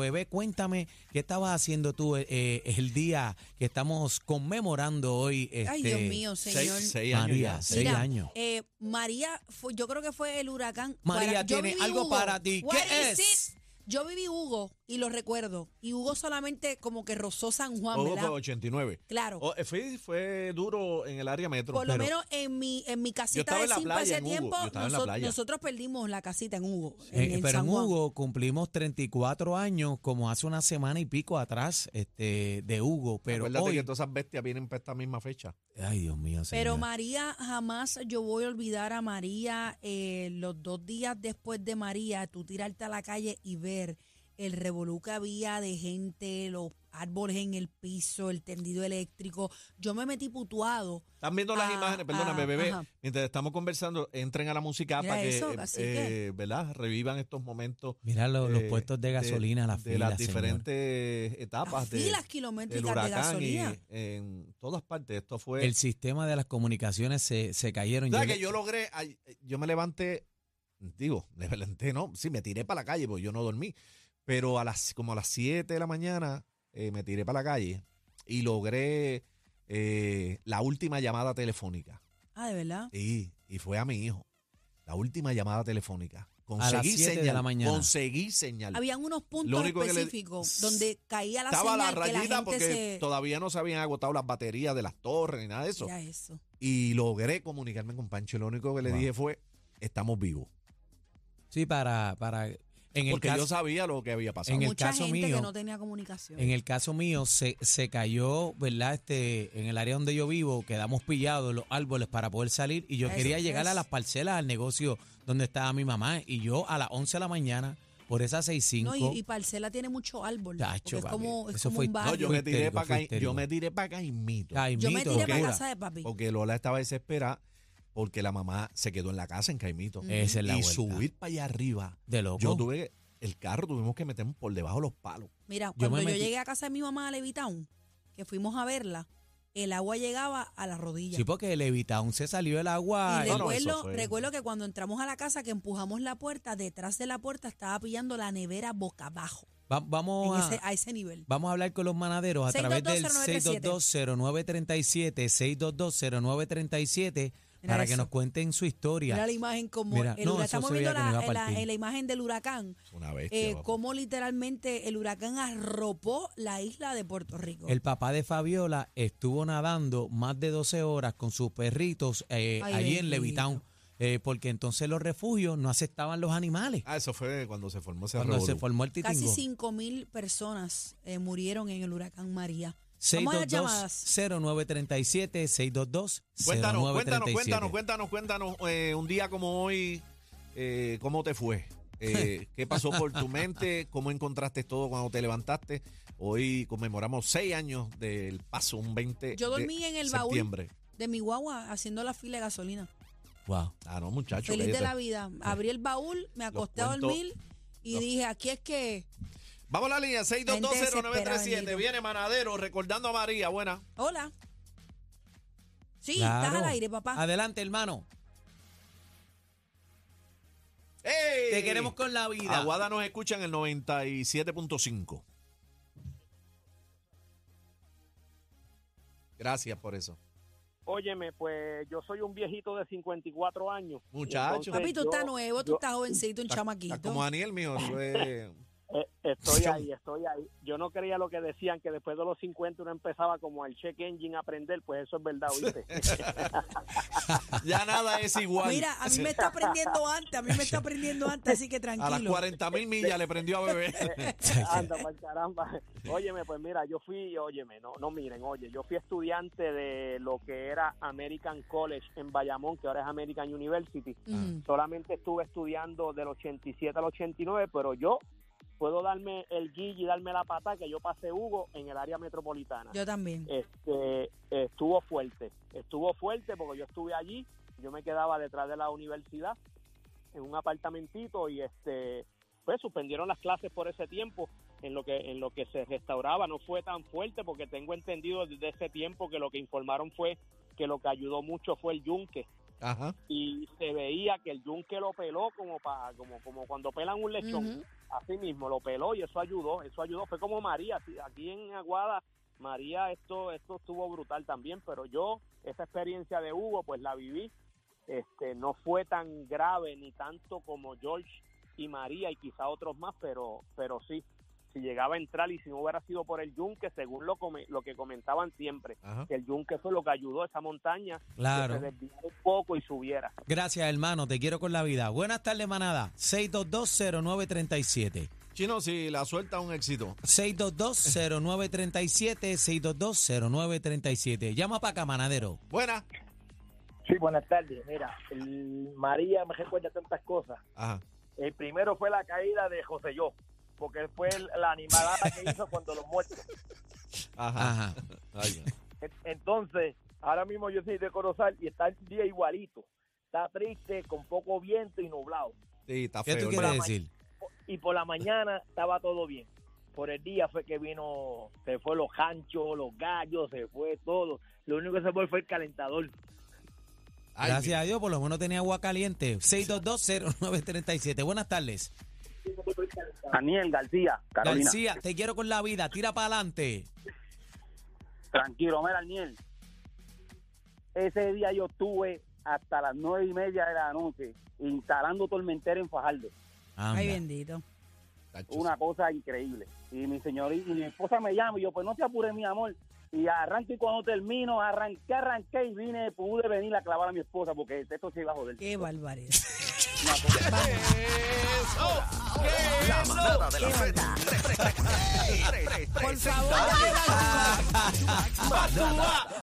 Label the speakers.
Speaker 1: Bebé, cuéntame, ¿qué estabas haciendo tú eh, el día que estamos conmemorando hoy?
Speaker 2: Ay,
Speaker 1: este,
Speaker 2: Dios mío, señor.
Speaker 3: Seis, seis años
Speaker 1: María,
Speaker 3: ya,
Speaker 1: seis
Speaker 2: Mira,
Speaker 1: años.
Speaker 2: eh, María, fue- yo creo que fue el huracán.
Speaker 1: María
Speaker 2: Guara- yo
Speaker 1: tiene
Speaker 2: viví
Speaker 1: algo
Speaker 2: Hugo.
Speaker 1: para ti.
Speaker 2: What
Speaker 1: ¿Qué
Speaker 2: is
Speaker 1: es?
Speaker 2: it? Yo viví Hugo y lo recuerdo. Y Hugo solamente como que rozó San Juan,
Speaker 3: Hugo
Speaker 2: Ah, ¿verdad?
Speaker 3: fue 89.
Speaker 2: Claro.
Speaker 3: O- eh, fue, fue duro en el área metro.
Speaker 2: Por lo
Speaker 3: pero-
Speaker 2: menos en mi, en mi casita
Speaker 3: estaba
Speaker 2: de
Speaker 3: en la
Speaker 2: cinco
Speaker 3: playa,
Speaker 2: hace
Speaker 3: en Hugo.
Speaker 2: tiempo,
Speaker 3: Yo estaba en la
Speaker 2: noso-
Speaker 3: playa.
Speaker 2: nosotros perdimos la casita en Hugo.
Speaker 1: Eh,
Speaker 2: en, en
Speaker 1: pero
Speaker 2: San
Speaker 1: en
Speaker 2: Juan.
Speaker 1: Hugo cumplimos 34 años, como hace una semana y pico atrás, este, de Hugo. Pero
Speaker 3: Acuérdate
Speaker 1: hoy.
Speaker 3: que todas esas bestias vienen para esta misma fecha.
Speaker 1: Ay, Dios mío, señor.
Speaker 2: Pero María, jamás yo voy a olvidar a María eh, los dos días después de María, tú tirarte a la calle y ver el revolú que había de gente, los árboles en el piso, el tendido eléctrico. Yo me metí putuado.
Speaker 3: Están viendo las
Speaker 2: Ah,
Speaker 3: imágenes,
Speaker 2: ah,
Speaker 3: perdóname, bebé.
Speaker 2: ajá.
Speaker 3: Mientras estamos conversando, entren a la música
Speaker 2: Mira
Speaker 3: para que,
Speaker 2: eso,
Speaker 3: eh,
Speaker 2: cacique.
Speaker 3: eh, ¿verdad? Revivan estos momentos.
Speaker 1: Mira lo- los
Speaker 3: eh,
Speaker 1: puestos de gasolina, las
Speaker 3: de
Speaker 1: filas.
Speaker 3: las
Speaker 1: señor.
Speaker 3: diferentes etapas
Speaker 2: Las
Speaker 3: Ah, de-
Speaker 2: filas
Speaker 3: del
Speaker 2: kilométricas de
Speaker 3: huracán y
Speaker 2: gasolina.
Speaker 3: en todas partes. Esto fue.
Speaker 1: El sistema de las comunicaciones se, se cayeron.
Speaker 3: ¿Sabes
Speaker 1: Yo-
Speaker 3: pues. que yo logré? ay, Yo me levanté, digo, me levanté, no, sí, me tiré para la calle, porque yo no dormí. Pero a las, como a las 7 de la mañana eh, me tiré para la calle y logré eh, la última llamada telefónica.
Speaker 2: Ah, de verdad.
Speaker 3: Y, y fue a mi hijo. La última llamada telefónica.
Speaker 1: las
Speaker 3: Conseguí
Speaker 1: 7 de
Speaker 3: señal.
Speaker 1: la mañana.
Speaker 3: Conseguí señal.
Speaker 2: Habían unos
Speaker 3: Lo
Speaker 2: puntos
Speaker 3: único que le-
Speaker 2: específicos donde caía la
Speaker 3: Estaba la
Speaker 2: señal que
Speaker 3: rayita
Speaker 2: la gente
Speaker 3: porque
Speaker 2: se...
Speaker 3: todavía no se habían agotado las baterías de las torres ni nada de eso.
Speaker 2: Mira eso.
Speaker 3: Y logré comunicarme con Pancho. y Lo único que le
Speaker 1: Wow.
Speaker 3: dije fue, estamos vivos.
Speaker 1: Sí, para. para en el
Speaker 3: porque
Speaker 1: caso,
Speaker 3: yo sabía lo que había pasado.
Speaker 1: En el
Speaker 2: Mucha
Speaker 1: caso
Speaker 2: gente que
Speaker 1: mío,
Speaker 2: no tenía comunicación.
Speaker 1: En el caso mío, se, se cayó, ¿verdad? Este, en el área donde yo vivo, quedamos pillados en los árboles para poder salir y yo
Speaker 2: Eso
Speaker 1: quería llegar a
Speaker 2: es.
Speaker 1: las parcelas, al negocio donde estaba mi mamá y yo a las 11 de la mañana, por esas 6.5,
Speaker 2: No, y, y Parcela tiene mucho árbol.
Speaker 1: Chacho,
Speaker 2: porque es
Speaker 1: papi,
Speaker 2: como, es
Speaker 1: eso
Speaker 2: como
Speaker 1: fue-
Speaker 2: un
Speaker 1: No,
Speaker 2: barrio.
Speaker 3: No, yo
Speaker 1: Fue
Speaker 3: me tiré
Speaker 1: histérico,
Speaker 3: para
Speaker 1: fue
Speaker 3: acá,
Speaker 1: histérico.
Speaker 3: yo me tiré para acá y mito.
Speaker 2: Yo me
Speaker 1: Caimito,
Speaker 2: tiré
Speaker 3: ¿qué
Speaker 2: para
Speaker 3: era?
Speaker 2: casa de papi.
Speaker 3: Porque Lola estaba desesperada porque la mamá se quedó en la casa en Caimito.
Speaker 1: Esa es la
Speaker 3: y
Speaker 1: vuelta.
Speaker 3: subir para allá arriba.
Speaker 1: de loco.
Speaker 3: Yo tuve que- el carro tuvimos que meternos por debajo de los palos.
Speaker 2: Mira,
Speaker 1: me
Speaker 2: cuando yo
Speaker 1: metí-
Speaker 2: llegué a casa de mi mamá a Levitown, que fuimos a verla, el agua llegaba a las rodillas.
Speaker 1: sí, porque el Evitaun se salió el agua.
Speaker 2: y
Speaker 3: no, no,
Speaker 2: recuerdo,
Speaker 3: eso fue-
Speaker 2: recuerdo que cuando entramos a la casa, que empujamos la puerta, detrás de la puerta estaba pillando la nevera boca abajo,
Speaker 1: Va-
Speaker 2: en
Speaker 1: vamos
Speaker 2: ese-
Speaker 1: a...
Speaker 2: a ese nivel.
Speaker 1: Vamos a hablar con los manaderos a través del
Speaker 2: 622-0937.
Speaker 1: 622-0937, 622-0937,
Speaker 2: Mira
Speaker 1: para que
Speaker 2: eso.
Speaker 1: nos cuenten su historia.
Speaker 2: Era la imagen como
Speaker 1: Mira,
Speaker 2: el
Speaker 1: no,
Speaker 2: huracán.
Speaker 1: eso
Speaker 2: Estamos
Speaker 1: se
Speaker 2: viendo
Speaker 1: veía que no
Speaker 2: la,
Speaker 1: iba a
Speaker 2: la-
Speaker 1: partir.
Speaker 2: la imagen del huracán,
Speaker 3: Una bestia.
Speaker 2: eh,
Speaker 3: papá.
Speaker 2: cómo literalmente el huracán arropó la isla de Puerto Rico.
Speaker 1: El papá de Fabiola estuvo nadando más de 12 horas con sus perritos eh,
Speaker 2: Ay,
Speaker 1: allí en
Speaker 2: bendito.
Speaker 1: Levitown, eh, porque entonces los refugios no aceptaban los animales
Speaker 3: Ah, eso fue cuando se formó ese
Speaker 1: cuando se
Speaker 3: revolú.
Speaker 1: formó el
Speaker 2: Casi
Speaker 1: titingo.
Speaker 2: 5 mil personas eh, murieron en el huracán María. Vamos a las llamadas.
Speaker 1: 622-0937, 622
Speaker 3: Cuéntanos, cuéntanos, cuéntanos, cuéntanos, cuéntanos, eh, un día como hoy, eh, ¿cómo te fue? Eh, ¿Qué pasó por tu mente? ¿Cómo encontraste todo cuando te levantaste? Hoy conmemoramos seis años del paso, un 20
Speaker 2: Yo dormí
Speaker 3: de
Speaker 2: en el baúl.
Speaker 3: septiembre.
Speaker 2: De mi guagua haciendo la fila de gasolina.
Speaker 1: Wow.
Speaker 3: Ah, no, muchacho.
Speaker 2: Feliz de
Speaker 3: cállate.
Speaker 2: la vida. Abrí el baúl, me acosté a
Speaker 3: cuentos-
Speaker 2: dormir y
Speaker 3: los-
Speaker 2: dije, aquí es que...
Speaker 3: Vamos a la línea,
Speaker 2: Gente desesperada,
Speaker 3: 6220937.
Speaker 2: bendito.
Speaker 3: Viene Manadero recordando a María. Buena.
Speaker 2: Hola. Sí, estás
Speaker 1: Claro.
Speaker 2: al aire, papá.
Speaker 1: Adelante, hermano.
Speaker 3: ¡Ey!
Speaker 1: Te queremos con la vida.
Speaker 3: Aguada nos escucha en el 97.5. Gracias por eso.
Speaker 4: Óyeme, pues yo soy un viejito de 54 años.
Speaker 3: Muchacho.
Speaker 4: Entonces,
Speaker 2: Papi, tú
Speaker 4: yo-
Speaker 2: estás nuevo, tú
Speaker 4: yo-
Speaker 2: estás jovencito, un
Speaker 3: Está-
Speaker 2: chamaquito.
Speaker 3: está Ah, como Daniel, mijo. Eso es...
Speaker 4: eh, estoy ahí, estoy ahí. Yo no creía lo que decían, que después de los 50 uno empezaba como al check engine a aprender, pues eso es verdad, ¿viste?
Speaker 3: ya nada es igual.
Speaker 2: Mira, a mí me está aprendiendo antes, a mí me está aprendiendo antes, así que
Speaker 3: A las
Speaker 2: tranquilo.
Speaker 3: 40 mil millas le prendió a bebé.
Speaker 4: Anda, pa'l caramba. Óyeme, pues mira, yo fui, óyeme, no, no miren, oye, yo fui estudiante de lo que era American College en Bayamón, que ahora es American University.
Speaker 2: Ujú.
Speaker 4: solamente estuve estudiando del 87 al 89, pero yo puedo darme el guille y darme la pata que yo pasé Hugo en el área metropolitana.
Speaker 2: Yo también.
Speaker 4: Este, estuvo fuerte, estuvo fuerte porque yo estuve allí, yo me quedaba detrás de la universidad en un apartamentito y este pues suspendieron las clases por ese tiempo en lo que en lo que se restauraba no fue tan fuerte porque tengo entendido desde ese tiempo que lo que informaron fue que lo que ayudó mucho fue el yunque
Speaker 3: Ajá.
Speaker 4: y se veía que el yunque lo peló como para como como cuando pelan
Speaker 3: Eh,
Speaker 4: un lechón
Speaker 2: Ujú.
Speaker 4: así mismo lo peló y eso ayudó eso ayudó fue como María sí, aquí en Aguada María esto esto estuvo brutal también pero yo esa experiencia de Hugo pues la viví este no fue tan grave ni tanto como George y María y quizá otros más pero pero sí si llegaba a entrar y si no hubiera sido por el yunque según lo come- lo que comentaban siempre
Speaker 3: Ajá.
Speaker 4: que el yunque fue lo que ayudó a esa montaña que se
Speaker 1: Claro.
Speaker 4: desviara un poco y subiera
Speaker 1: Gracias, hermano. Te quiero con la vida. Buenas tardes, manada. 6220937.
Speaker 3: Chino, si la suelta un éxito.
Speaker 1: 6220937. 6220937. Llama para acá, manadero.
Speaker 3: Buena.
Speaker 5: Sí, buenas tardes. Mira, el María me recuerda tantas cosas.
Speaker 3: Ajá.
Speaker 5: El primero fue la caída de José Yo, porque él fue el- la animalada que hizo cuando los muertos.
Speaker 3: Ajá.
Speaker 1: Ajá.
Speaker 3: Ay,
Speaker 5: En- Entonces, ahora mismo yo soy de Corozal y está el día igualito. Está triste, con poco viento y nublado.
Speaker 3: sí, está
Speaker 1: ¿Qué
Speaker 3: feo.
Speaker 1: tú
Speaker 3: hermano.
Speaker 1: quieres decir?
Speaker 5: Y por la mañana estaba todo bien. Por el día fue que vino, se fue los ganchos, los gallos, se fue todo. Lo único que se fue fue el calentador.
Speaker 3: Ay,
Speaker 1: Gracias a Dios, por lo menos tenía agua caliente. 6220937. Buenas tardes.
Speaker 6: Daniel García, Carolina.
Speaker 1: García, te quiero con la vida. Tira para adelante.
Speaker 6: Tranquilo, mira, Daniel. Ese día yo estuve hasta las nueve y media de la noche instalando tormentera en Fajardo.
Speaker 2: Ay,
Speaker 1: Anda.
Speaker 2: bendito.
Speaker 3: tacho,
Speaker 6: Una cosa increíble. Y mi señorita, y mi esposa me llama y yo, pues no te apures, mi amor. Y arranco y cuando termino, arranqué, arranqué y vine, pude venir a clavar a mi esposa porque esto se iba a joder.
Speaker 2: Qué barbaridad.
Speaker 7: La manada de la Z. Pre- pre- pre- pre- pre-
Speaker 2: Por favor, dale like.
Speaker 7: Manada